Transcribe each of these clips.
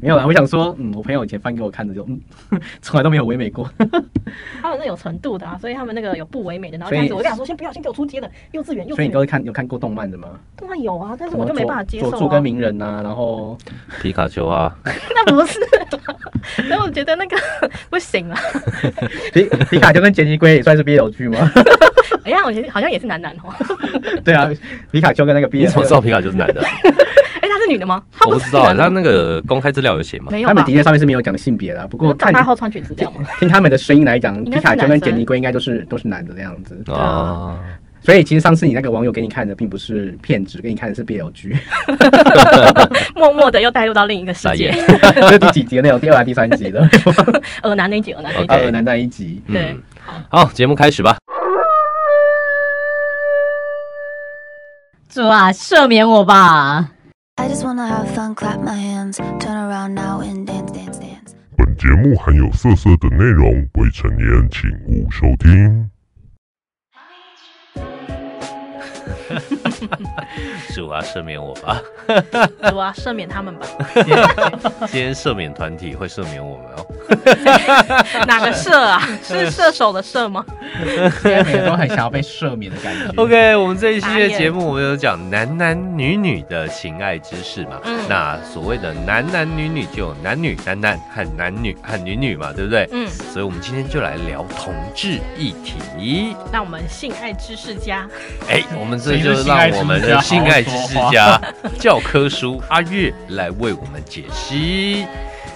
没有啦，我想说，嗯，我朋友以前翻给我看的就，嗯， 从来都没有唯美过。他们那有程度的啊，所以他们那个有不唯美的，然后所这以样子，我就想说先不要，先给我出街的，幼稚园，幼所稚以你都园，是看有看过动漫的吗？当然有啊，但是我就没办法接受、啊。佐助跟鸣人呐、然后 皮卡丘 啊，那不是 啦，但我觉得那个 不行啊。 皮皮卡丘跟杰尼龟也算是 BL 剧 吗？哎呀，我觉得好像也是男男哦。 对啊，皮卡丘跟那个 BL，你怎么知道皮卡丘是男 的？哎，她是女的吗？她我不是知道啊，男的他那个公开资料有写吗？没有他们吧的？确上面是没有讲性别啦，不过长看大后穿裙子这样吗？ 听他们的声音来讲，应皮该是卡丘跟男生啊杰尼龟应该都是都是男的这样子。啊，所以其实上次你那个网友给你看的并不是片子，给你看的是 BL 剧，默默的又带入到另一个世 傻界眼。 这是第几集的内容？第二还是第三集 的？呃，男那一集，呃，男那一集。 二和男在一 集。对嗯，好，节目开始吧。主啊，赦免我吧！ I just wanna have fun, clap my hands, turn around now and dance, dance, dance. 本节目含有色色的内容，未成年请勿收听。主啊，赦免我吧！主啊，赦免他们吧。 今天赦免团体会赦免我们 哦。哪个射啊？ 是射手的射吗？现在每啊个都很想要被赦免的感 觉。 OK，我们这一期傻的眼节目，我们有讲男男女女的情爱知识嘛？嗯那所谓的男男女女，就有男女、男男和男女和女女嘛，对不对？嗯，所以我们今天就来聊同志议题。让我们性爱知识家。哎、我们这就让我们的性爱知识家 教科书阿月来为我们解析。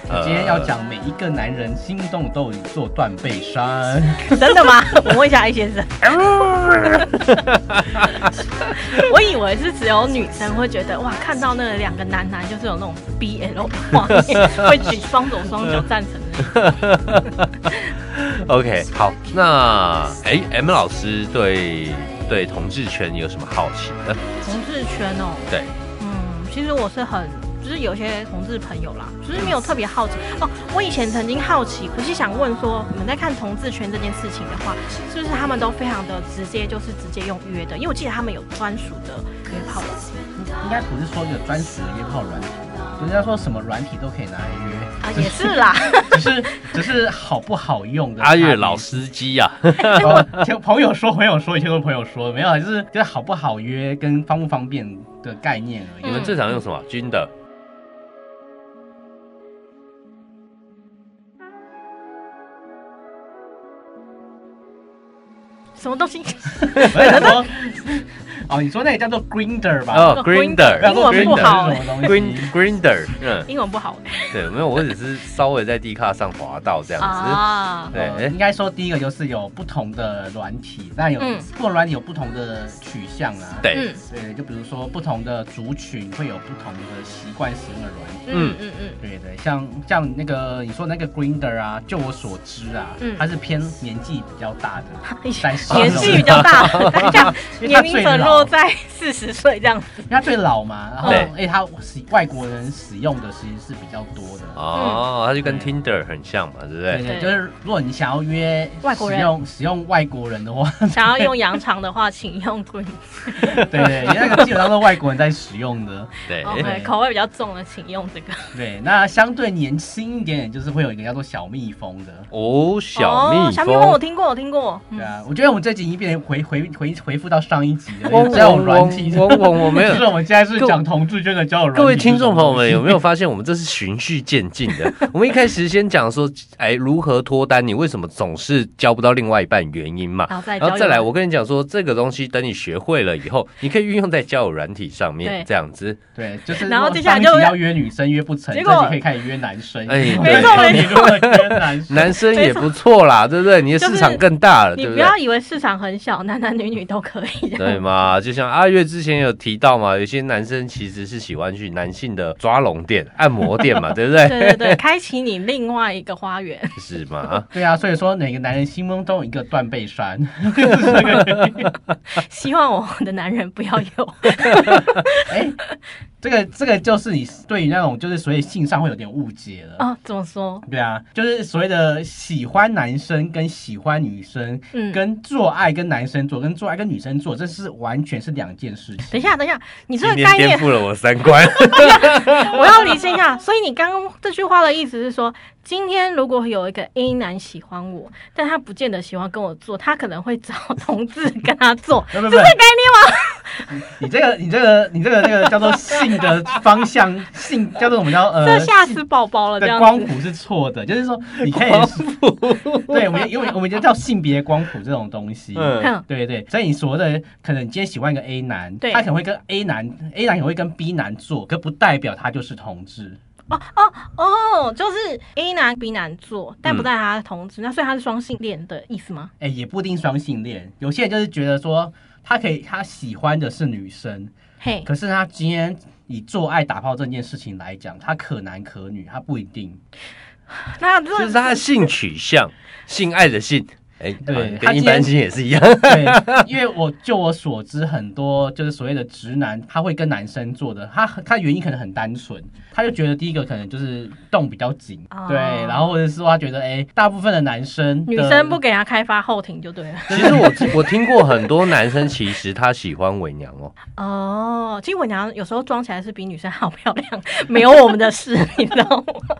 呃我今天要讲每一个男人心动都有一座断背山。 真的吗？我问一下 A 先生。我以为是只有女生会觉得哇，看到那两个男男就是有那种 BL 画面，会举双手双脚赞成的那种。 OK，好，那哎、m 老师对对同志圈有什么好奇的？同志圈哦，对，嗯，其实我是很，就是有些同志朋友啦，就是没有特别好奇哦。我以前曾经好奇，我是想问说，你们在看同志圈这件事情的话，是不是他们都非常的直接，就是直接用约的？因为我记得他们有专属的约炮软件应该不是说有专属的约炮软体，人家说什么软体都可以拿来约，啊，也是啦。只是只是好不好用的差阿别。月老司机啊呀、哦，听朋友说，朋友说，以前跟朋友说，没有啊，就是就是好不好约跟方不方便的概念而已。你们最常用什么？军的。什么东西？我在想说， 哦，你说那个叫做 Grinder 吧？哦 Grinder，我想说英文不好 Grindr 是什么东 Green 西？ Grinder，嗯，英文不好欸对，没有，我只是稍微在 D 卡上滑到这样啊子，对，对，哎应该说第一个就是有不同的软体，那有嗯不同软体有不同的取向啊。对，嗯 对，就比如说不同的族群会有不同的习惯使用的软体。嗯嗯嗯，对对，像像那个你说那个 Grinder 啊，就我所知啊，嗯它是偏年纪比较大的哎呀三十，年纪比较 大，这样因为他年最龄层落老，在四十岁 这样。因为它最老嘛，然后对哎，它使外国人使用的其实是比较多的。哦，它就跟对 Tinder 很像嘛，对不对对？对，对就是如果你想要约外国人使用使用外国人的 话，想要用羊肠的话，请用 green。对对，因为那个基本上都是外国人在使用的。对， OK，口哦味比较重的，请用这个。对，那相对年轻一点点，就是会有一个叫做小蜜蜂的。哦， 小哦蜜小蜜蜂我蜂，听过，我听过。对嗯，啊，我觉得我们这集已经变成回回回回复到上一集了，嗡只有软体。 嗡嗡嗡，我没有就是。我们现在是讲同志圈的交友软体各位听众朋友们，是什有么没有发现我们这是循序渐进的？我们一开始先讲说，哎，如何脱单？你为什么总是交不到另外一半？原因嘛。然后再然交后友再来，我跟你讲说，这个东西等你学会了以后，你可以运用在交友软体上面，对这样子。对，就是然后如果接下来上一集就要约女生约不成，结这果集可以开始约男生。哎对没错你没如果约男生，男生也不错啦，对不对？你的市场更大了，你对不对？ 要以为市场很小，男男女女都可以。对嘛？啦，就像阿月之前有提到嘛，有些男生其实是喜欢去男性的抓龙店、按摩店嘛，对不对？对对对，开启你另外一个花园。 是嘛？对啊，所以说每个男人心目中有一个断背 山，希望我的男人不要有。 哎、这个这个就是你对于那种就是所谓性上会有点误解了。哦，怎么说？对啊，就是所谓的喜欢男生跟喜欢女生，嗯跟做爱跟男生做，跟做爱跟女生做，这是完全是两件事情。等一下，等一下，你这今个天概颠念覆了我三观。 我要理清一下。所以你刚刚这句话的意思是说，今天如果有一个 A 男喜欢我，但他不见得喜欢跟我做，他可能会找同志跟他做，不是不不这个概念吗？你这个你这个你这个这个叫做性的方向， 性叫做我们叫呃这吓死宝宝了，这的样光子。谱是错的，就是说你可以是， 对，我们因为我们就叫性别光谱这种东西。嗯，哼对对，所以你所谓的可能你今天喜欢一个 A 男，对他可能会跟 A 男，A 男也会跟 B 男做，可不代表他就是同志。哦，就是 A 男 B 男做，但不嗯带他同志，那所以他是双性恋的意思吗？哎、也不一定双性恋，有些人就是觉得说他可以，他喜欢的是女生，嘿，可是他今天以做爱打炮这件事情来讲，他可男可女，他不一 定。那就这是他的性取向、性爱的性，哎，对啊他跟一今般天性也是一样。对，因为我就我所知，很多就是所谓的直男，他会跟男生做的，他他原因可能很单纯，他就觉得第一个可能就是洞比较紧，哦对，然后或者是说他觉得，哎、大部分的男生的女生不给他开发后庭就对了。 其实我我听过很多男生，其实他喜欢伪娘哦，哦，其实我娘有时候装起来是比女生好漂亮，没有我们的事，你知道吗？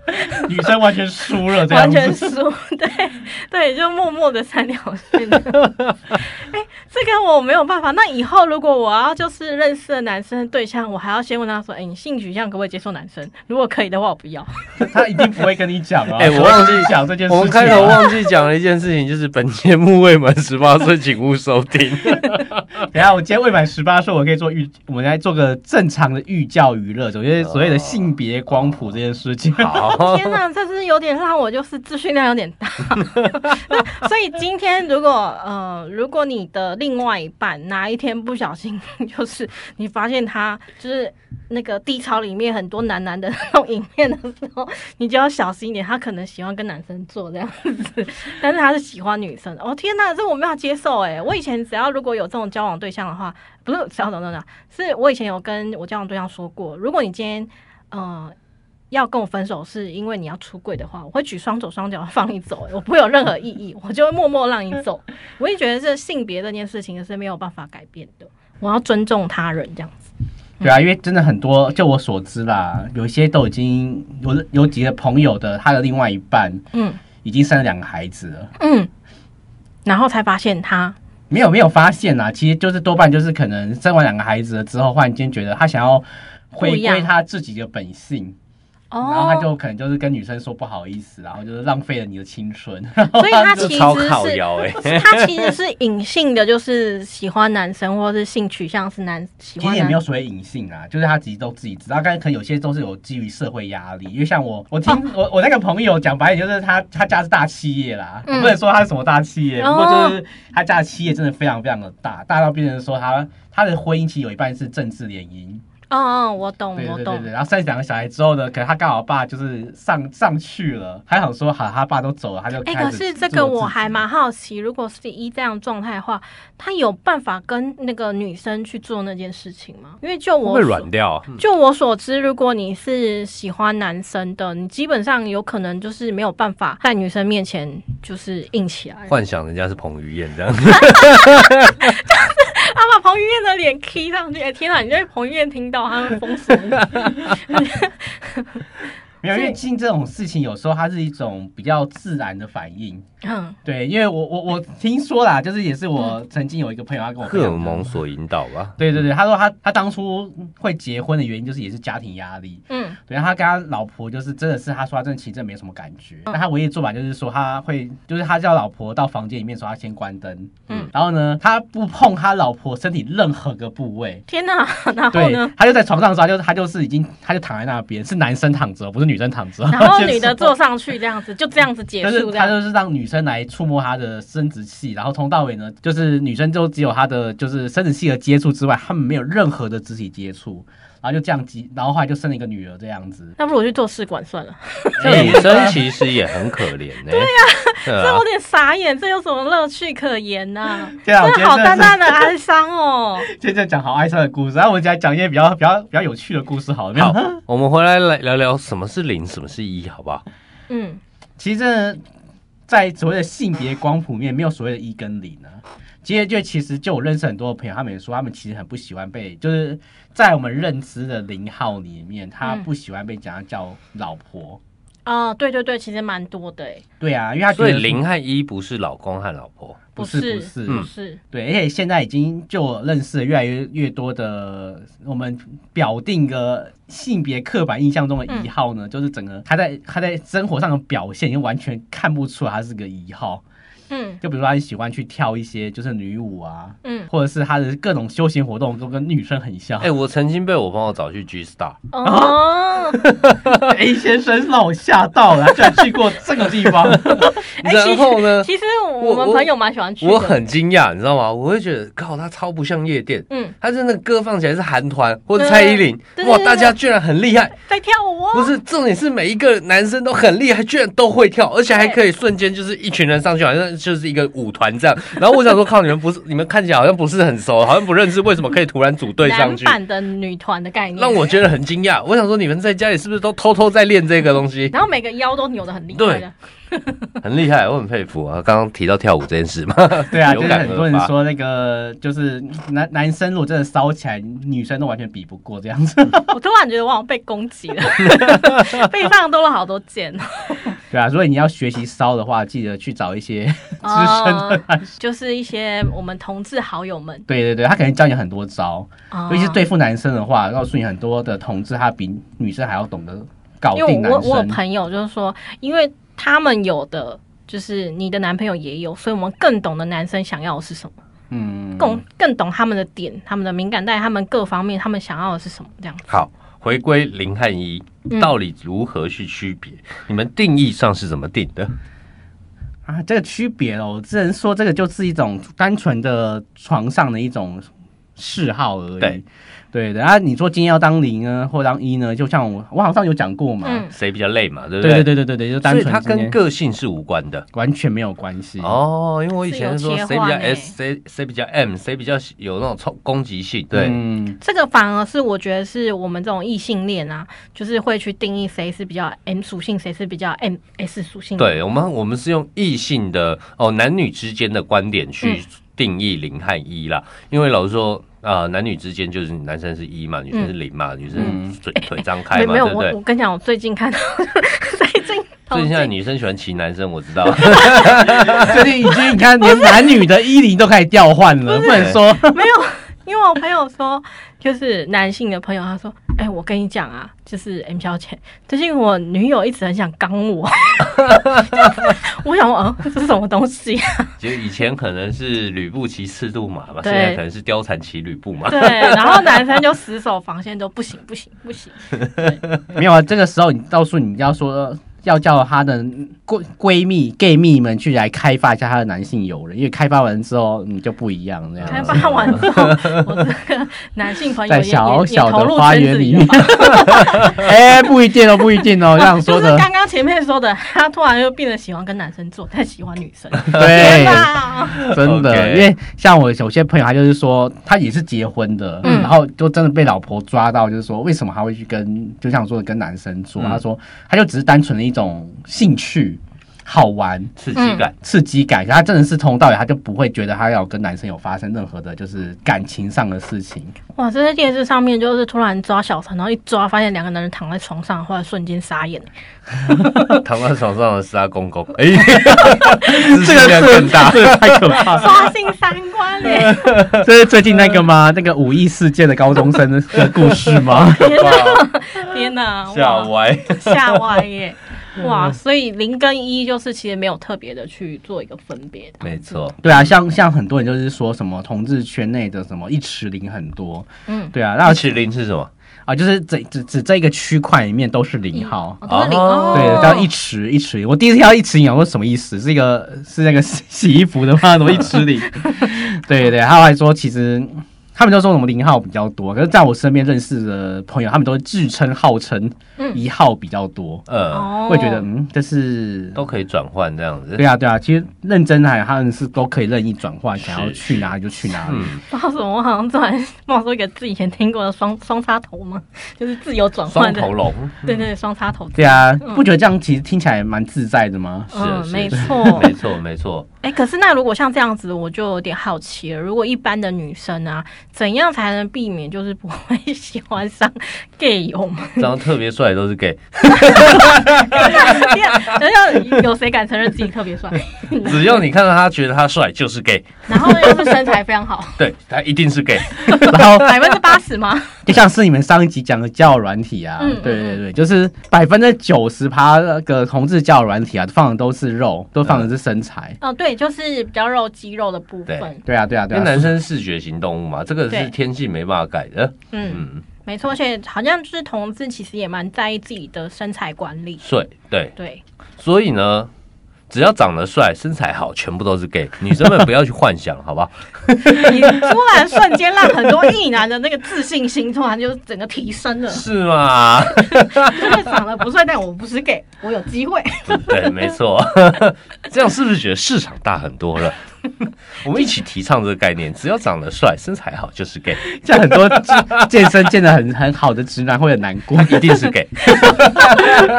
女生完全输了，这样 完子全输，对对，就默默的三条线。哎、这个我没有办法。那以后如果我要就是认识的男生的对象，我还要先问他说：“哎、你性取向可不可以接受男生？如果可以的话，我不要。 他一定不会跟你讲啊。哎我不会忘跟记你讲这件事情、我啊。们开头忘记讲了一件事情，就是本节目未满十八岁，请勿收听。等一下，我今天未满十八岁，我可以做寓，我们来做个正常的寓教于乐，总就是所谓的性别光谱这件事情。好，天哪，这是有点让我就是资讯量有点大。 那所以今天如果呃，如果你的另外一半哪一天不小心， 就是你发现他就是那个低潮里面很多男男的 那种影片的时候，你就要小心一点，他可能喜欢跟男生做这样子，但是他是喜欢女生的。哦天哪，这我没法接受哎！我以前只要如果有这种交往对象的话，不是交往对象，是我以前有跟我交往对象说过，如果你今天呃要跟我分手是因为你要出柜的话，我会举双手双脚放你走、欸我不会有任何异议，我就会默默让你 走。我也觉得这性别这件事情是没有办法改变的，我要尊重他人这样子。 对啊，因为真的很多，就我所知啦，有一些都已经有有几个朋友的，他的另外一半嗯已经生了两个孩子了，嗯，然后才发现他没有没有发现啊，其实就是多半就是可能生完两个孩子了之后，忽然间觉得他想要回不一样归他自己的本性，然后他哦，就可能就是跟女生说不好意思，然后就是浪费了你的青春。 所以他这其实超靠是。腰哎、他其实是隐性的，就是喜欢男生，或是性取向是男其喜欢实也男没有所谓隐性啊，就是他自己都自己知道。刚才可能有些都是有基于社会压力，因为像我，我听、哦我我那个朋友讲白点，就是他他家是大企业啦，嗯我不能说他是什么大企业，哦不过就是他家的企业真的非常非常的大，大到变成说他他的婚姻其实有一半是政治联姻，嗯嗯，我懂，对我对对懂对。。然后生两个小孩之后呢，可能他刚好爸就是上上去了，他想说好，他爸都走了，他就哎、开始可是这做个自己我还蛮好奇，如果是一这样状态的话，他有办法跟那个女生去做那件事情吗？因为就会不我会所软掉啊？就我所知，如果你是喜欢男生的，你基本上有可能就是没有办法在女生面前就是硬起来，幻想人家是彭于晏这 样，他把彭于晏的脸 K 上去，哎、天哪！你被彭于晏听到，他会封死 你。没有，因为所以性这种事情有时候它是一种比较自然的反应。嗯，对，因为我我我听说啦，就是也是我曾经有一个朋友，他跟我分荷享尔蒙。所引导吧。对对对，他说他他当初会结婚的原因就是也是家庭压力，嗯，对，然后他跟他老婆就是真的是他说他真的其实真的没什么感觉，嗯但他唯一的做法就是说他会就是他叫老婆到房间里面说他先关灯，嗯嗯，然后呢他不碰他老婆身体任何个部位，天哪！然后对呢？，他就在床上的时候，他就他就是已经他就躺在那边，是男生躺着，不是女生躺着，然 后女的坐上去这样子，就这样子结但是束这他样。就是让女生来触摸她的生殖器，然后从到尾呢，就是女生就只有她的就是生殖器的接触之外，他们没有任何的肢体接触，然后就这样激，然后后来就生了一个女儿这样子。那不如我去做试管算了。女生其实也很可怜哎呢、对这 我有点傻眼，这有什么乐趣可言呐、 对啊我觉这得好真的淡是淡的哀伤哦。现在讲好哀伤的故事，然后我讲讲一些比较比较比较有趣的故事好了，嗯没有？ 好，我们回来来聊聊什么是零，什么是一，好不好？嗯，其实真的在所谓的性别光谱面，没有所谓的一跟零呢、其实就其实就我认识很多朋友，他们也说他们其实很不喜欢被，就是在我们认知的零号里面，他嗯不喜欢被讲叫老婆。啊、对对对，其实蛮多的欸诶，对啊，因为他觉所得以零和一不是老公和老婆，不是是不不是嗯是，对，而且现在已经就我认识的越来越越多的我们表定的性别刻板印象中的一号呢，就是整个他在他在生活上的表现，已经完全看不出来他是个一号。嗯就比如说他喜欢去跳一些就是女舞啊，嗯，或者是他的各种休闲活动都跟女生很啊像。哎、我曾经被我朋友找去 G Star，啊哦， A 哎先生让我吓到了，他居然去过这个地 方。哎然后呢，其实我我们我朋友蛮喜欢去的，我很惊讶，你知道吗？我会觉得，靠，他超不像夜店。嗯他真的歌放起来是韩团或者蔡依林对对，对哇，对大家居然很厉害。在跳舞哦，不是，重点是每一个男生都很厉害，居然都会跳，而且还可以瞬间就是一群人上去，好像就是一个舞团这样。然后我想说，靠，你们不是，你们看起来好像不是很熟，好像不认识，为什么可以突然组队上男去？版的女团的概念， 让我觉得很惊讶。我想说，你们在家里是不是都偷偷在练这个 东西？然后每个腰都扭的很厉害的，很厉害，我很佩服啊！刚刚提到跳舞这件事嘛， 对啊，就有是感很多而人发说那个就是男男生如果真的骚起来，女生都完全比不过这样 子。我突然觉得我好像被攻击了， 背上多了好多 箭。对啊，所以你要学习骚的话，记得去找一些 资深的哦男生。就是一些我们同志好友们，对对对，他可能教你很多招，啊尤其是对付男生的话，告诉你很多的同志他比女生还要懂得搞因定为男我生。我我有朋友就是说，因为他们有的就是你的男朋友也有，所以我们更懂得男生想要的是什么，嗯，更更懂他们的点、他们的敏感带、他们各方面他们想要的是什么这样。好，回归零和一嗯，到底如何去区别？你们定义上是怎么定的？啊，这个区别哦，只能说这个就是一种单纯的床上的一种嗜好而已。对，对的。啊，你说今天要当零呢，或当一呢？就像我，我好像有讲过嘛。嗯，谁比较累嘛？对不对对对对对对对，就单所以纯它之间跟个性是无关的。完全没有关系。哦，因为我以前是有切说谁比较换欸 S，谁谁比较 M，谁比较有那种冲攻击性。对，嗯，这个反而是我觉得是我们这种异性恋啊，就是会去定义谁是比较 M 属性，谁是比较 M S 属性。对我们我们是用异性的哦男女之间的观点去嗯定义零和一啦，因为老实说。啊、男女之间就是男生是一嘛，女生是零嘛，女生嗯嘴腿张嗯开没嘛，没有对不我对我？跟你讲，我最近看到 最近所以同现在志女生喜欢骑男生，我知道。最近已经你看，连男女的衣领都开始调换了，不能说 没有， 因为我朋友说，就是男性的朋友，他说：“哎、我跟你讲啊，就是 M 小姐，最近我女友一直很想刚我。” 我想说，嗯，这是什么东西？ 就以前可能是吕布骑赤兔马嘛，对现在可能是貂蝉骑吕布嘛。对，然后男生就死守防线，都不行，不行，不行。没有啊。这个时候你告诉你要说。要叫她的闺闺蜜、gay 蜜们去来开发一下她的男性友人，因为开发完之后你就不一样这样。开发完之后，我这个男性朋友在也小也小也投的入花圈子园里里面了吧。哎、不一定哦，不一定 哦，这样就说是的，刚刚前面说的，他突然又变得喜欢跟男生做，但喜欢女生。天对，哪！真的 OK 因为像我有些朋友，他就是说他也是结婚的，嗯然后就真的被老婆抓到，就是说为什么他会去跟，就像我说的跟男生做，嗯他说他就只是单纯的一种兴趣。好玩、刺激感，刺激感，他真的是从头到尾，他就不会觉得他要跟男生有发生任何的，就是感情上的事情。哇，这在电视上面就是突然抓小三，然后一抓发现两个男人躺在床上，或者瞬间傻眼。嗯躺到床上的是他公公， 哎，这个量更大。这个太可怕了！刷新三观欸嘞！ 这是最近那个吗？那个五一事件的高中生的故事吗？天哪，哇吓歪，吓歪 耶！哇，所以零跟一就是其实没有特别的去做一个分别的。没错，对啊，像像很多人就是说什么同志圈内的什么一尺零很多，嗯，对啊，二那七零是什么？啊，就是整只只这一个区块里面都是零号。哦都是零哦哦，对，叫一尺一尺。我第一次听到一尺，你想说什么意思？是一个是那个 洗衣服的吗？什么一尺里？ 对对，他还说其实。他们都说什么零号比较多，可是在我身边认识的朋友，他们都自称号称嗯一号比较多，呃，哦会觉得嗯，这是都可以转换这样子。对啊对啊。其实认真还有他们是都可以任意转换，是想要去哪里就去哪里。嗯，不知道为什么，我好像突然冒出一个自己以前听过的双 双插头嘛，就是自由转双换的头，龙对对，对双插头。对啊，不觉得这样其实听起来蛮自在的吗？ 是嗯是没是 错没错，没错。哎，可是那如果像这样子，我就有点好奇了。如果一般的女生啊，怎样才能避免就是不会喜欢上 gay 友们？长得特别帅都 是 gay，等一下有谁敢承认自己特别 帅？只要你看到他觉得他帅就是 gay，然后又是身材非常好，对他一定是 gay。然后 百分之八十吗？就像是你们上一集讲的交友软体啊，嗯嗯对对对，就是百分之九十趴那个同志交友软体啊，放的都是肉，都放的是身材。哦，对，就是比较肉肌肉的部对分。对啊对啊因对为啊，男生视觉型动物嘛，这个是对天性没办法改的。嗯，嗯，没错，而且好像就是同志其实也蛮在意自己的身材管理。帅对，对，所以呢，只要长得帅、身材好，全部都是 gay。女生们不要去幻想，好吧？你突然瞬间让很多异男的那个自信心突然就整个提升了，是吗？ 就是长得不帅，但我不是 gay，我有机会。对，没错。 这样是不是觉得市场大很多了？ 我们一起提倡这个概念，只要长得帅、身材好就是 gay，像很多健身健的很很好的直男会很难过他，一定是 gay。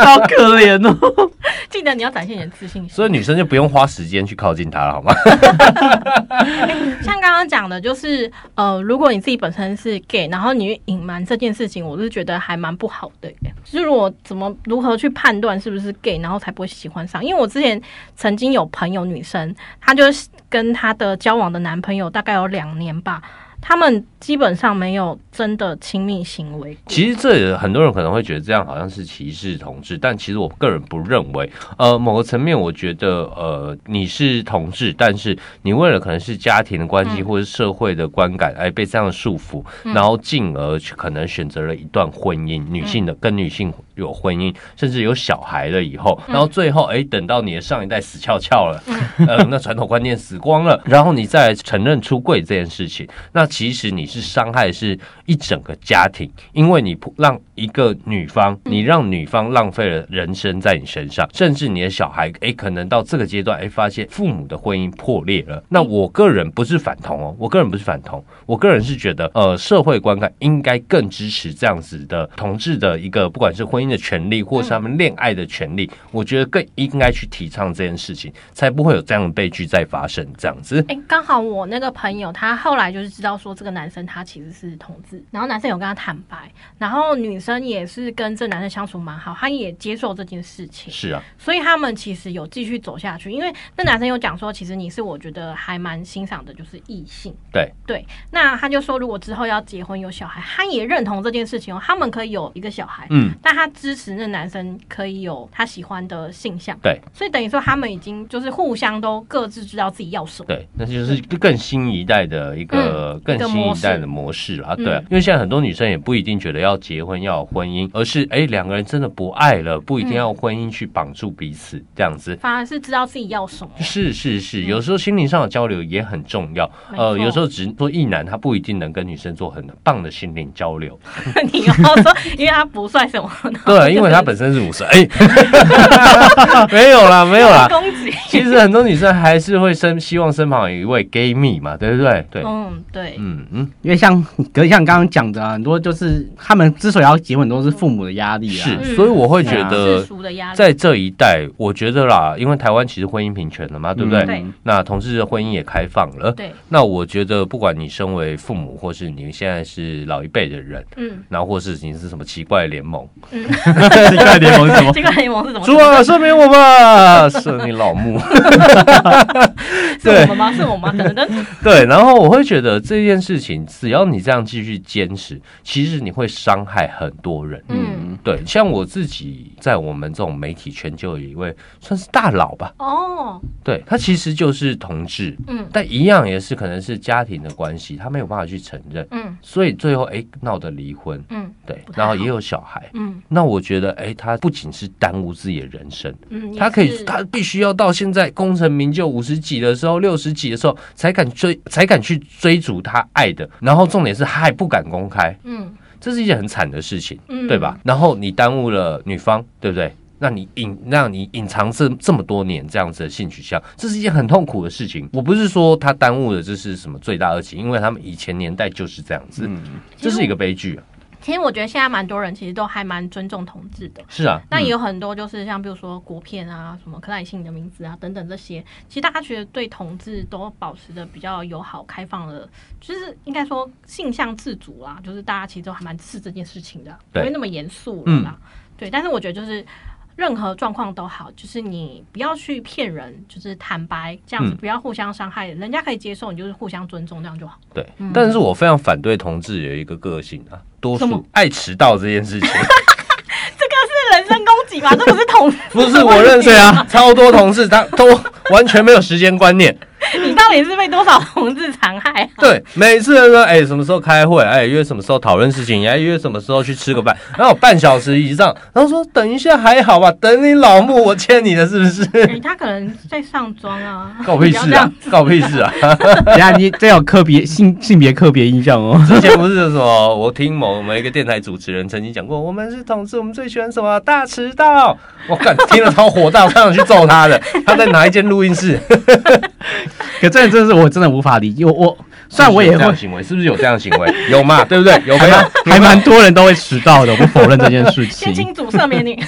好可怜哦。 记得你要展现你的自信心。所以女生就不用花时间去靠近他了，好吗？ 像刚刚讲的，就是呃，如果你自己本身是 gay，然后你去隐瞒这件事情，我是觉得还蛮不好的耶。就是我怎么如何去判断是不是 gay，然后才不会喜欢上？因为我之前曾经有朋友女生，她就是跟她的交往的男朋友大概有两年吧，他们基本上没有真的亲密行为过。其实这也很多人可能会觉得这样好像是歧视同志，但其实我个人不认为。呃，某个层面，我觉得呃你是同志，但是你为了可能是家庭的关系、嗯或者社会的观感，哎，被这样的束缚，嗯然后进而去可能选择了一段婚姻，女性嗯的跟女性有婚姻，甚至有小孩了以后，嗯然后最后哎等到你的上一代死翘翘了，呃，那传统观念死光了，然后你再来承认出柜这件事情，那其实你是伤害是一整个家庭，因为你不让一个女方，你让女方浪费了人生在你身上，甚至你的小孩，诶，可能到这个阶段，诶，发现父母的婚姻破裂了。那我个人不是反同哦，我个人不是反同，我个人是觉得，呃，社会观感应该更支持这样子的同志的一个，不管是婚姻的权利，或是他们恋爱的权利，我觉得更应该去提倡这件事情，才不会有这样的悲剧再发生。这样子，哎、刚好我那个朋友，他后来就是知道说这个男生他其实是同志，然后男生有跟他坦白，然后女生也是跟这男生相处蛮好，他也接受这件事情，是啊，所以他们其实有继续走下去。因为那男生有讲说，其实你是我觉得还蛮欣赏的，就是异性。对对，那他就说，如果之后要结婚有小孩，他也认同这件事情哦，他们可以有一个小孩，嗯，但他支持那男生可以有他喜欢的性向，对。所以等于说他们已经就是互相都各自知道自己要什么。对，那就是更新一代的一个、嗯更一个新模一代式的模式啦。嗯对啊，因为现在很多女生也不一定觉得要结婚要有婚姻，而是哎两个人真的不爱了，不一嗯定要婚姻去绑住彼此这样子。反而是知道自己要什么。 是是是，有时候心灵上的交流也很重要。呃，没错有时候只做一男，他不一定能跟女生做很棒的心灵交 流。你要说，因为他不算什么，然后对，因为他本身是武士。哎， 没有啦，没有啦被。攻击。其实很多女生还是会身希望身旁有一位 gay 蜜嘛，对不对？对，嗯，对，嗯嗯，因为像可像刚刚讲的、啊，很多就是他们之所以要结婚，都是父母的压力啊。是，嗯所以我会是觉啊得世俗的压力，在这一代，我觉得啦，因为台湾其实婚姻平权了嘛，对不对？嗯对那同志的婚姻也开放了。对，那我觉得，不管你身为父母，或是你现在是老一辈的人，嗯然后或是你是什么奇怪联盟，嗯， 奇怪联盟是什么？哦这个联盟是怎么？主啊，赦免我吧，赦免老穆。目。是我们吗？是我们 吗？等等等，对，然后我会觉得这件事情，只要你这样继续坚持，其实你会伤害很多人。嗯，对，像我自己在我们这种媒体圈就有一位算是大佬吧，哦，对他其实就是同志，嗯但一样也是可能是家庭的关系，他没有办法去承认，嗯所以最后哎闹得离婚，嗯对不，太然好后也有小孩。嗯那我觉得，哎，他不仅是耽误自己的人生，嗯，他也可以，是他必须要到现在功成名就五十几的时候、六十几的时候，才敢追，才敢去追逐他爱的。然后重点是他还不敢公开，嗯这是一件很惨的事情，嗯，对吧？？然后你耽误了女方，对不对？那你隐让你隐藏这这么多年这样子的性取向，这是一件很痛苦的事情。我不是说他耽误了这是什么罪大恶极，因为他们以前年代就是这样子，嗯，这是一个悲剧啊。其实我觉得现在蛮多人其实都还蛮尊重同志的。是啊，那也有很多就是像比如说国片啊、什么《克莱辛的名字啊》等等这些，其实大家觉得对同志都保持着比较友好、开放的，就是应该说性向自主啦，就是大家其实都还蛮支持这件事情的，不对嗯会那么严肃了啦。对，但是我觉得就是。任何状况都好，就是你不要去骗人，就是坦白这样子，嗯不要互相伤害，人家可以接受，你就是互相尊重，这样就好。嗯对，但是我非常反对同志有一个个性啊，多嗯什么数爱迟到这件 事情。这人身攻击嘛，这不是同志 不是我认识啊，超多同事他都完全没有时间观念。你到底是被多少同志残害、啊？对，每次都说哎、什么时候开会，哎、约什么时候讨论事情，哎、约什么时候去吃个饭，然后半小时以上，然后说等一下还好吧，等你老木我欠你的是不 是？ 欸、他可能在上妆啊 ，告 屁你不要事这啊样！告屁事啊！ 等一下你这有科别性性别科别印象哦。之前不是有什么，我听某某一个电台主持人曾经讲过，我们是同志，我们最喜欢什么大迟到。我感听了超火大，我上去揍他的。他在哪一间录音室？ 可这真的是我真的无法理解。我我虽然我也有这样会的，行为，是不是有这样的行为？有嘛？对不对？有没有？还蛮多人都会迟到的，我不否认这件事先情清。楚赦免 你。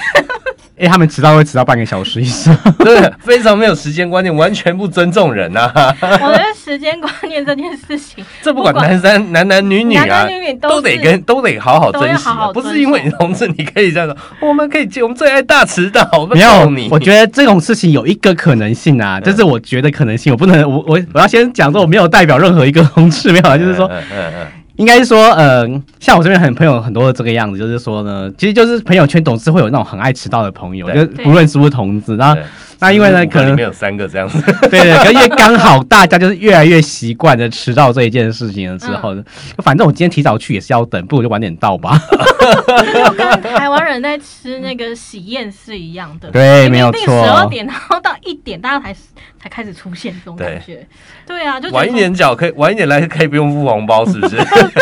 哎，他们迟到会迟到半个小时以上。真的非常没有时间观念，完全不尊重人呐、啊！我觉得时间观念这件事 情，这不管男生男男女女啊，男男女女都是得跟都得好好珍惜、都要好啊，好不尊重是因为你同志，你可以这样说，我们可以接，我们最爱大迟到，我们 没有揍你，，嗯我觉得这种事情有一个可能性啊，就是我觉得可能性，我不能，我我我要先讲说，我没有代表任何一个同志，没有啊，就是说，嗯嗯嗯应该是说，呃，像我这边很朋友很多这个样子，就是说呢，其实就是朋友圈总是会有那种很爱迟到的朋友，就对是不论是不是同志，然后对啊那因为呢，五个可嗯里能面有三个这样子， 对对，可是因为刚好大家就是越来越习惯的迟到这一件事情了之后，嗯反正我今天提早去也是要等，不如就晚点到吧。就跟台湾人在吃那个喜宴是一样 的。对，没有十二错。点，然后到一点，大家才才开始出现这种感觉。对啊，就觉得晚一点缴可以，晚一点来可以不用付红包，是不 是？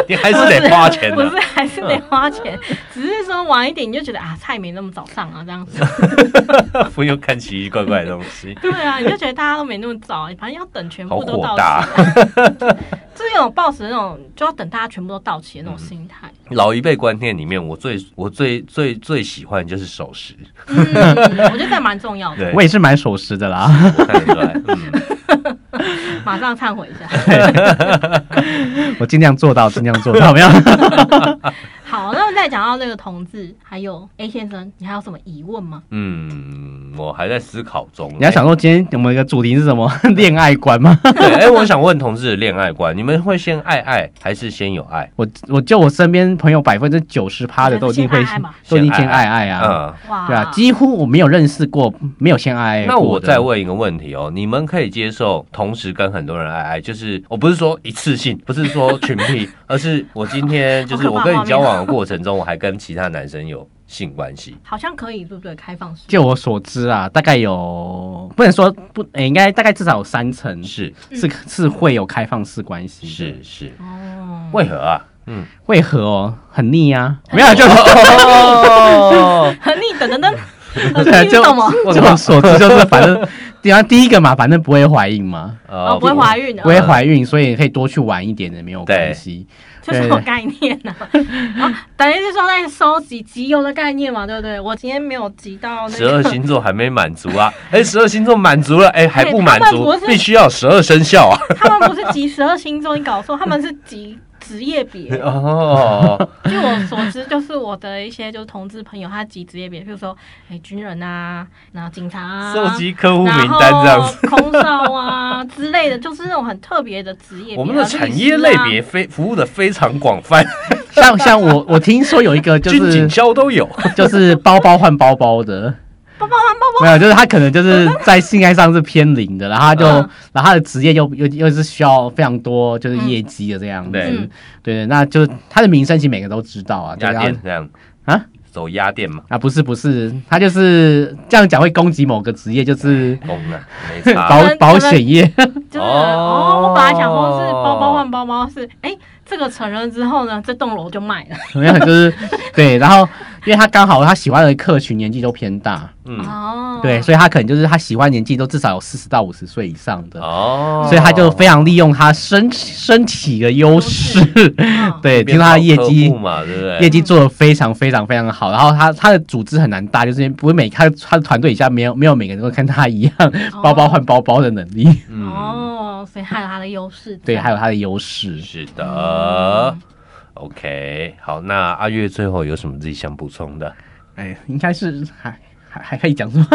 你还是不得花钱啊不的、是还是嗯得花钱，只是说晚一点你就觉得啊，菜没那么早上啊，这样 子。不用看奇奇怪怪的东西，对啊，你就觉得大家都没那么早，啊反正要等全好部都火到齐大啊。啊。就是有抱持那种就要等大家全部都到齐的那种嗯心态。老一辈观念里面，我最我最最最喜欢就是守时，嗯，我觉得这蛮重要的，对，我也是蛮守时的啦。 我看得出来，嗯。马上忏悔一下。我尽量做到，尽量做 到，没有？好，那么再讲到那个同志，还有 A 先生，你还有什么疑问吗？嗯，我还在思考中。你要想说今天我们的主题是什么？ 恋爱观吗？ 哎， 对哎，我想问同志的恋爱观，你们会先爱爱还是先有爱？我我就我身边朋友百分之九十趴的都一定会先爱爱嘛都一定先爱爱啊，嗯，哇，对啊，几乎我没有认识过没有先爱爱那过我的再问一个问题哦，你们可以接受同时跟很多人爱爱？就是我不是说一次性，不是说 群体，而是我今天就是好可怕我跟画面哦你交往的过程中，我还跟其他男生有性关系。好像可以，对不对？开放式，就我所知啊，大概有不能说不，诶应该大概至少有三成是是是会有开放式关系的。是是，嗯哦， 为何 啊？嗯，为何哦？很腻啊？没有，就哦，你等等等， 对啊，你就懂吗？就我所知就是，反正对啊，第一个嘛，反正不会怀孕嘛，哦，不会怀孕的，不会怀孕，所以可以多去玩一点也没有关系。这是什么概念呢？啊，等于是说在收集集邮的概念嘛，对不对？我今天没有集到那十 二个，星座还没满足啊！哎、十二星座满足了，哎、还不满他们足不，是必须要十二生肖啊！他们不是集十二星座，你搞错，他们是集。职业别。 哦，据我所知，就是我的一些就是同志朋友，他集职业别，比如说哎、军人啊，然后警察啊，收集客户名然后单这样子。空少啊之类的，就是那种很特别的职业别。我们的然后律产师业类啊别非服务的非常广泛，像像我我听说有一个就军是啊警消都有。 就是包包换包包的，包包换包包，没有，就是他可能就是在性爱上是偏零的，然后他就，嗯然后他的职业又又又是需要非常多就是业绩的这样子，对嗯对对，那就是他的名声其实每个都知道啊，对鸭啊店这样啊，走鸭店嘛，啊不是不是，他就是这样讲会攻击某个职业，就是公啊， 没保差。可能保险 业，就是哦哦我本来想说是包包换包包是，哎、这个承认之后呢，这栋楼就卖了。没有就是对，然后因为他刚好他喜欢的客群年纪都偏大，嗯，哦，对，所以他可能就是他喜欢年纪都至少有四十到五十岁以上的。哦，所以他就非常利用他身身体的优势，嗯 对，听变说好他的业客绩户嘛，对不对？业绩做的非常非常非常好，然后他他的组织很难搭，就是因为不会每他他的团队以下没有没有每个人都跟他一样包包换包包的能力，嗯，哦，所以还有它的优势。对，还有他的优势。是的。OK，好，那阿月最后有什么自己想补充的？哎，应该是还还还可以讲什么？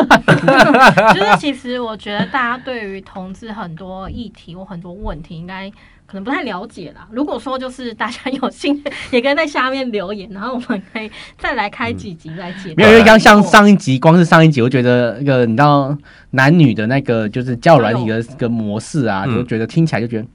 就是其实我觉得大家对于同志很多议题或很多问题，应该可能不太了解啦。如果说就是大家有兴趣，也可以在下面留言，然后我们可以再来开几集来解答。没有，因为刚像上一集，光是上一集，我觉得那个你知道男女的那个就是交友软体的一个模式啊，嗯就觉得听起来就觉得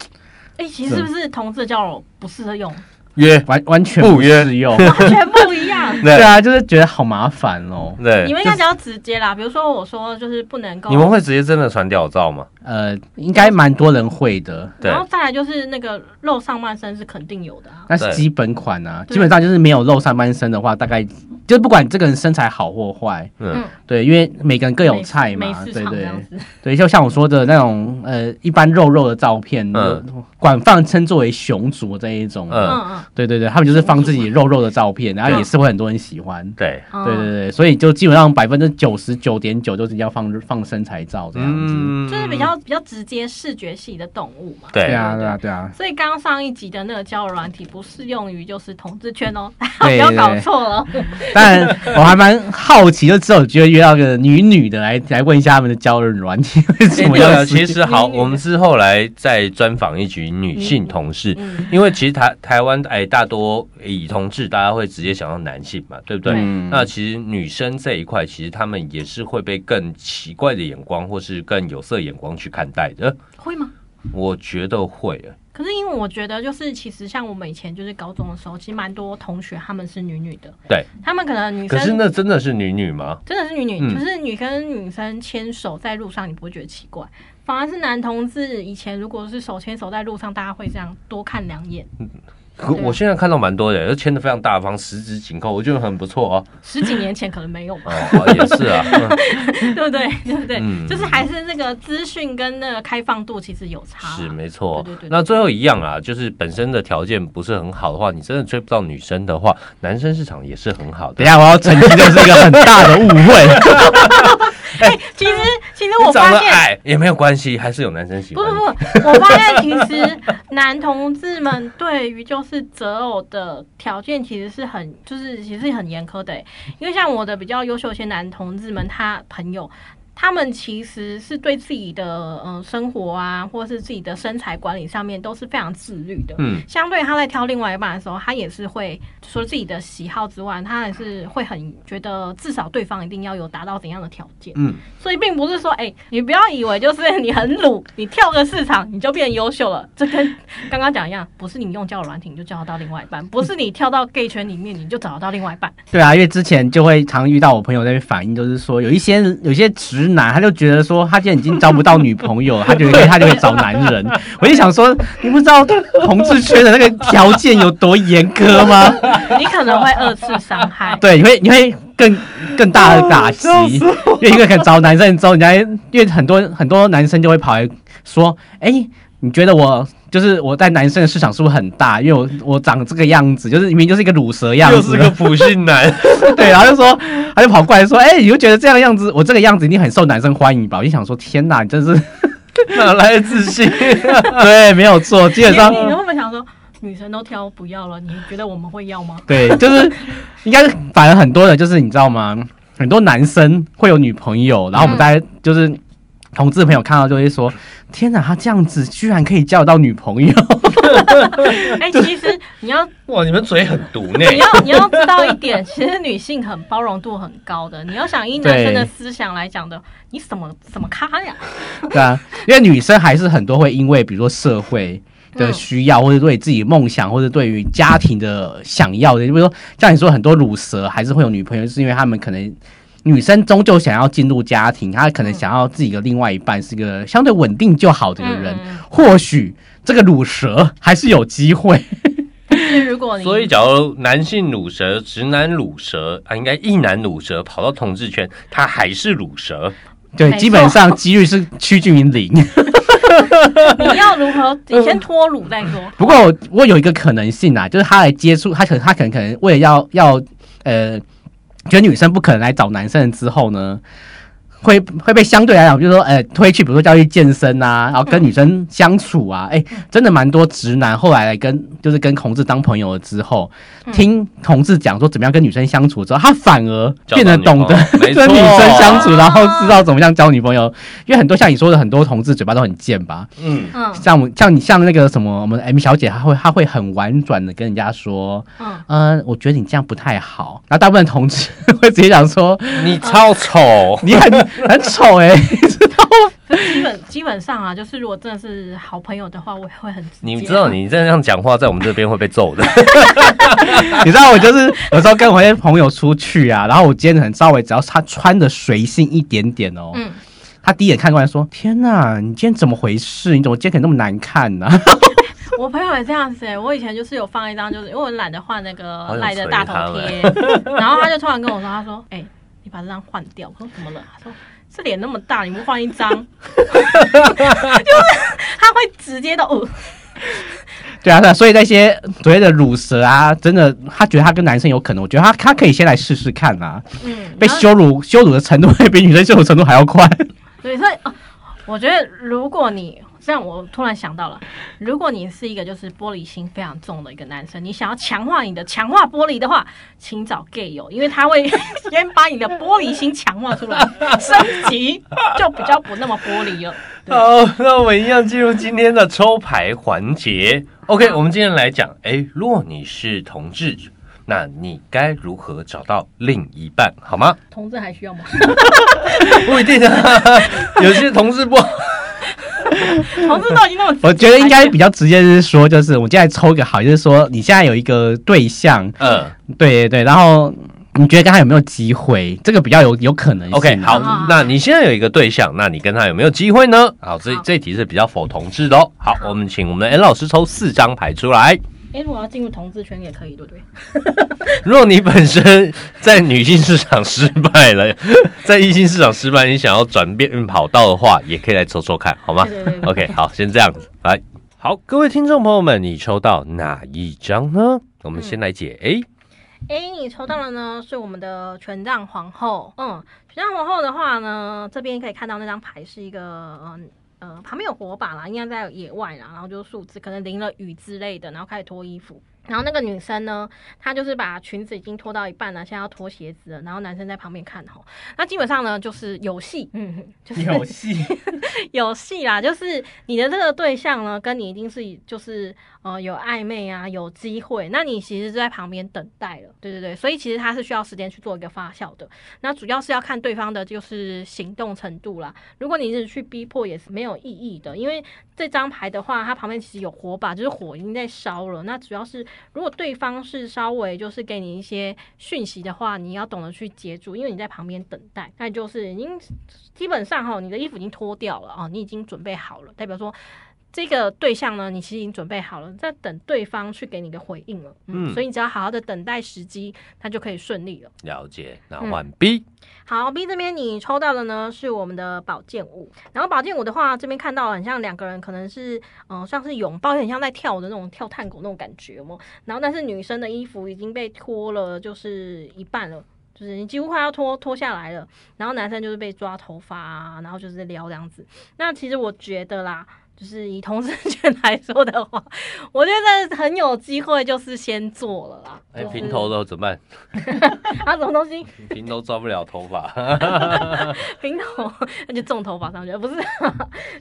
哎、其实是嗯不是同志交友不适合用，约完完全不不约适 用。完全不一 样。对对啊，就是觉得好麻烦哦。你对，们应该比较直接啦，比如说我说就是不能够，你们会直接真的传屌照吗？呃，应该蛮多人会的。对然，后再来就是那个露上半身是肯定有的啊。那是对基本款啊，对基本上就是没有露上半身的话，大概就是不管这个人身材好或坏，嗯对，因为每个人各有美菜美嘛，市对场这对样子，对，就像我说的那种呃，一般肉肉的照片，呃嗯广泛称作为熊族这一种，嗯嗯对对对，他们就是放自己肉肉的照片，然后也是会很多人喜欢。对，嗯，对对嗯，对，所以就基本上百分之九十九点九都是要放放身材照这样子。就是嗯比较比较直接视觉系的动物嘛。嗯对对啊，对啊，对啊，所以刚刚上一集的那个交友软体不适用于就是同志圈哦， 不对 要搞错了。当然，我还蛮好奇，就只有机会约到个女女的来来问一下他们的交友软体为什哎么对啊要其实好，女我们是后来再专访一局女性同事，嗯因为其实台台湾哎，大多以同志大家会直接想到男性嘛，对不对？嗯那其实女生这一块，其实他们也是会被更奇怪的眼光，或是更有色眼光去看待的。会吗？我觉得会，啊可是因为我觉得，就是其实像我们以前就是高中的时候，其实蛮多同学他们是女女的，对。他们可能女可是生啊那真的是女女吗？真的是女女，嗯就是女跟女生牵手在路上，你不会觉得奇怪，反而是男同志以前如果是手牵手在路上，大家会这样多看两眼，可对我现在看到蛮多的，都牵的非常大方，十指紧扣，我觉得很不错 哦。十几年前可能没有 吧，哦，也是啊，对不对？对不对？嗯 就是还是那个资讯跟那个开放度其实有差啦，是没错对对对。那最后一样啊，就是本身的条件不是很好的话，你真的追不到女生的话，男生市场也是很好的。等一下，我要澄清，就是一个很大的误会。其实其实你我长发得现。矮也没有关系，还是有男生喜不欢不你。不，我发现其实男同志们对于就是择偶的条件其实是很就是其实很严苛的欸，因为像我的比较优秀一些男同志们，他朋友。他们其实是对自己的嗯、呃生活啊，或是自己的身材管理上面都是非常自律的。嗯，相对他在挑另外一半的时候，他也是会除了自己的喜好之外，他也是会很觉得至少对方一定要有达到怎样的条件。嗯，所以并不是说，哎、你不要以为就是你很鲁，你跳个市场你就变优秀了。这跟刚刚讲一样，不是你用交友软体你就交得到另外一半，不是你跳到 gay 圈里面你就找得到另外一半。对啊，因为之前就会常遇到我朋友在那边反映，就是说有一些有些直男，他就觉得说他现在已经找不到女朋友，他觉得他就会找男人。我就想说，你不知道同志圈的那个条件有多严苛 吗？你可能会二次伤害。对，你会你会更更大的打击，因为一个肯找男生之后，人家因为很多很多男生就会跑来说，哎、你觉得我就是我在男生的市场是不是很大？因为我我长这个样子，就是明明就是一个乳蛇样又子是，个普 信男， 对，然后就说他就跑过来说，哎、你就觉得这样的样子，我这个样子一定很受男生欢迎吧？我就想说，天哪，你真是 哪来的自信？ 对，没有错，基你本你哦上你会不会想说，女生都挑不要了，你觉得我们会要吗？对，就是应该是反而很多人就是你知道吗？很多男生会有女朋友，然后我们大家就是同志朋友看到就会说：“天哪，他这样子居然可以交得到女朋友哎、其实你要哇，你们嘴很毒呢。你要你要知道一点，其实女性很包容度很高的。你要想以男生的思想来讲的，你什么什么咖呀？！” 对啊，因为女生还是很多会因为比如说社会。嗯的需要，或者对自己梦想，或者对于家庭的想要的，就比如说像你说很多乳蛇还是会有女朋友，是因为他们可能女生终究想要进入家庭，她可能想要自己的另外一半是一个相对稳定就好的一个人，嗯嗯或许这个乳蛇还是有机会。就是如果你 所以，假如男性乳蛇、直男乳蛇啊，应该一男乳蛇跑到同志圈，他还是乳蛇。对没，错基本上几率是趋近于零。你要如 何，你先脱乳再说。不过我我有一个可能性啊，就是他来接触，他可能他可能可能为了要要呃，觉得女生不可能来找男生之后呢，会会被相对来讲，比如说呃推去，比如说叫去健身啊，然后跟女生相处啊，嗯哎、真的蛮多直男后来来跟就是跟同志当朋友了之后，嗯听同志讲说怎么样跟女生相处之后，他反而变得懂得交 到哦女朋友没错跟女生相处，然后知道怎么样交女朋友，因为很多像你说的很多同志嘴巴都很贱吧，嗯，嗯像我们像你像那个什么，我们的 M 小姐，她会她会很婉转的跟人家说， 嗯，嗯、我觉得你这样不太好。然后大部分同志 会直接讲说，你 超丑。你很 很丑哎、基本基本上啊，就是如果真的是好朋友的话，我也会很直接你知道，你这样讲话，在我们这边会被揍的。你知道我就是有时候跟我一些朋友出去啊，然后我今天很稍微，只要她穿的随性一点点哦，嗯，她第一眼看过来说，天哪，你今天怎么回事？你怎么今天可以那么难看呢、 我朋友也这样子、欸。我以前就是有放一张，就是因为我懒得换那个赖的大头贴， 然后他就突然跟我说，他说：“哎、你把这张换掉。”我说：“怎么了？”他说：“这脸那么大，你不换一张？” 就是他会直接到哦，对啊，对啊，所以那些所谓的乳蛇啊，真的，她觉得她跟男生有可能，我觉得她她可以先来试试看啊。嗯，被羞辱羞辱的程度 会比女生羞辱程度还要快。对，所以、哦、我觉得如果你这样，我突然想到了，如果你是一个就是玻璃心非常重的一个男生，你想要强化你的强化玻璃的话，请找 gay 友，因为他会 先把你的玻璃心强化出来，升级就比较不那么玻璃了。 好，那我们一样进入今天的抽牌环节。OK，我们今天来讲，哎，如果你是同志，那你该如何找到另一半，好 吗？同志还需要吗？不一定啊， 有些同志不同志都已经那么直接， 我觉得应该比较直接，就是说，就是我们现在抽一个好，就是说你现在有一个对象， 嗯对对，然后你觉得跟他有没有机会？这个比较有有可能性。嗯，OK，好啊，那你现在有一个对象，那你跟他有没有机会呢？好，这好这一题是比较否同志的哦。好，我们请我们的 N 老师抽四张牌出来。哎、如果要进入同志圈也可以，对不对？若你本身在女性市场失败了， 在异性市场失败，你想要转变跑道的话，也可以来抽抽看，好吗对对对对 o k 好，先这样子，来。好，各位听众朋友们，你抽到哪一张呢？我们先来解 A，、哎、你抽到了呢，是我们的权杖皇后。嗯，权杖皇后的话呢，这边可以看到那张牌是一个呃呃旁边有火把啦，应该在野外啦，然后就是树枝可能淋了雨之类的，然后开始脱衣服。然后那个女生呢，她就是把裙子已经脱到一半了，现在要脱鞋子了，然后男生在旁边看吼。那基本上呢，就是有戏，嗯，就是 戏，有戏啦，就是你的这个对象呢，跟你一定是就是呃有暧昧啊，有机会，那你其实就在旁边等待了，对对对，所以其实它是需要时间去做一个发酵的。那主要是要看对方的就是行动程度啦。如果你是去逼迫，也是没有意义的，因为这张牌的话，它旁边其实有火把，就是火已经在烧了。那主要是如果对方是稍微就是给你一些讯息的话，你要懂得去接住，因为你在旁边等待，那就是已经基本上哈，你的衣服已经脱掉了哦，你已经准备好了，代表说这个对象呢，你其实已经准备好了，在等对方去给你个回应了。嗯，嗯所以你只要好好的等待时机，它就可以顺利了。了解。那嗯换 B，、好，B 这边你抽到的呢是我们的宝剑舞，然后宝剑舞的话，这边看到很像两个人可能是嗯、呃像是拥抱，有点像在跳的那种跳哦探狗那种感觉嘛。然后但是女生的衣服已经被脱了，就是一半了。就是你几乎快要脱脱下来了。然后男生就是被抓头发啊，然后就是撩这样子。那其实我觉得啦，就是以同志 圈来说的话，我觉得很有机会就是先做了啦。哎，就是平头的怎么办？啊，什么东西？平头抓不了头 发，平头那就种头发上去，不是？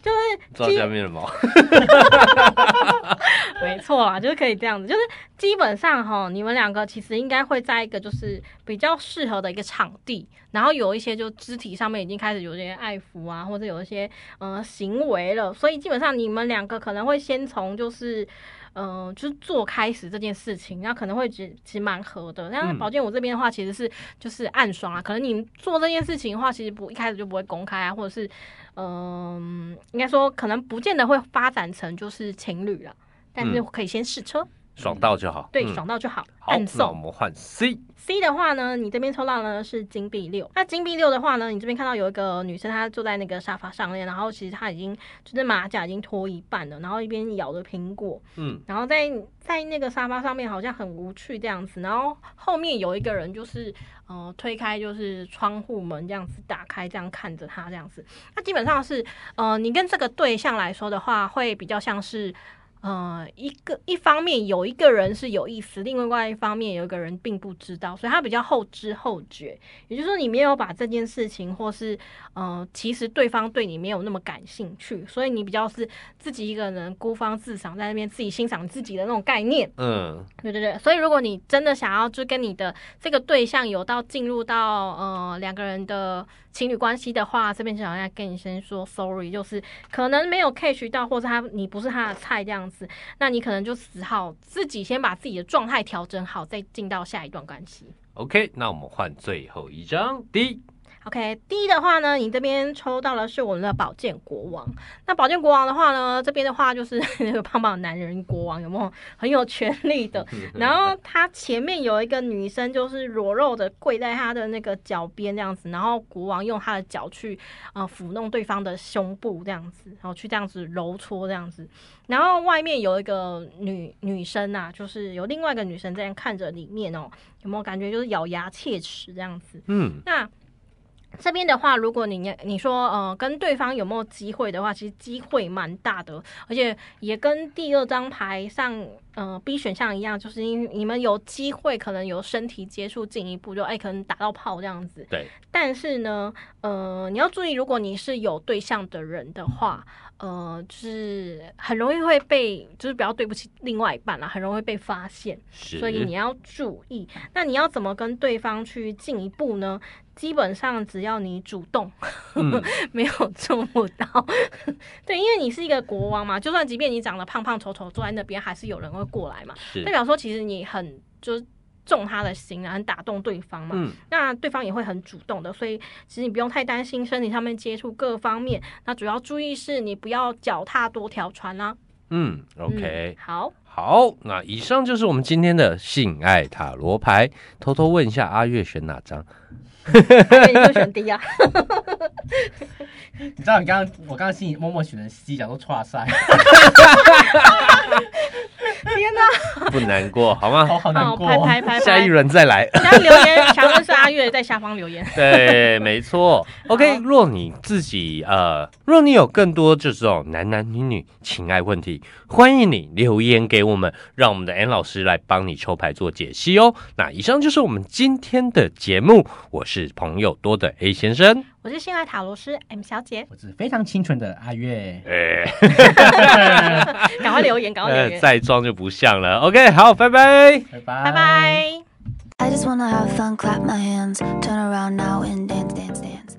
就是抓基下面的毛。 没错啦，就是可以这样子，就是基本上哈，你们两个其实应该会在一个就是比较适合的一个场地，然后有一些就肢体上面已经开始有一些爱抚啊，或者有一些呃行为了，所以基本上你们两个可能会先从就是。嗯、就是做开始这件事情，那可能会其其实蛮合的。像嗯保健我这边的话，其实是就是暗爽啊。可能你做这件事情的话，其实不一开始就不会公开啊，或者是嗯、应该说可能不见得会发展成就是情侣了。但是嗯可以先试车，爽到就好，对，嗯爽到就好，好暗，那我送。们换 C， C 的话呢，你这边抽到呢是金币六，那金币六的话呢，你这边看到有一个女生，她坐在那个沙发上面，然后其实她已经就是马甲已经脱一半了，然后一边咬着苹果，嗯，然后在在那个沙发上面好像很无趣这样子，然后后面有一个人就是呃推开就是窗户门这样子打开，这样看着他这样子。那基本上是呃你跟这个对象来说的话，会比较像是。呃，一个一方面有一个人是有意思，另外一方面有一个人并不知道，所以他比较后知后觉。也就是说，你没有把这件事情，或是呃，其实对方对你没有那么感兴趣，所以你比较是自己一个人孤芳自赏，在那边自己欣赏自己的那种概念。嗯，对对对，所以如果你真的想要就跟你的这个对象有到进入到呃两个人的情侣关系的话，这边就想要跟你先说 sorry，就是可能没有 catch 到，或者他你不是他的菜这样子，那你可能就只好自己先把自己的状态调整好，再进到下一段关系。 OK，那我们换最后一张 D， OK，第一的话呢，你这边抽到的是我们的宝剑国王。那宝剑国王的话呢，这边的话就是 那个胖胖的男人国王，有没有很有权力的？然后他前面有一个女生，就是裸露的跪在他的那个脚边这样子，然后国王用他的脚去呃抚弄对方的胸部这样子，然后去这样子揉搓这样子。然后外面有一个女女生啊，就是有另外一个女生在看着里面哦，有没有感觉就是咬牙切齿这样子？嗯，那这边的话，如果你你说呃跟对方有没有机会的话，其实机会蛮大的，而且也跟第二张牌上呃 B 选项一样，就是你你们有机会可能有身体接触进一步，就哎、可能打到炮这样子。对，但是呢，呃，你要注意，如果你是有对象的人的话，呃，就是很容易会被，就是不要对不起另外一半啦，很容易被发现。是，所以你要注意。那你要怎么跟对方去进一步呢？基本上只要你主动， 嗯没有做不到。 对，因为你是一个国王嘛，就算即便你长得胖胖丑丑，坐在那边还是有人会过来嘛， 是代，表说其实你很就是中他的心啊，很打动对方嘛。嗯，那对方也会很主动的，所以其实你不用太担心身体上面接触各方面。那主要注意是你不要脚踏多条船啦、嗯嗯，OK，好，好，那以上就是我们今天的性爱塔罗牌。偷偷问一下，阿月选哪张？那你就选 D 啊。 你知道你刚刚我刚刚心里默默选了 C，讲说哇塞，天哪，不难过，好吗？好好难好，过拍哦。拍拍拍。下一轮再来。大家留言，想问是阿月在下方留言。对，没 错。OK，若你自己呃，若你有更多就是这种男男女女情爱问题，欢迎你留言给我们，让我们的 N 老师来帮你抽牌做解析哦。那以上就是我们今天的节目，我是朋友多的 A 先生。我是性爱塔罗师 M 小姐，我是非常清纯的阿月，哎、赶快留言，赶快留呃，言，再装就不像了。OK，好，拜拜。拜拜拜拜。 I just wanna have fun, clap my hands, turn around now and dance, dance, dance.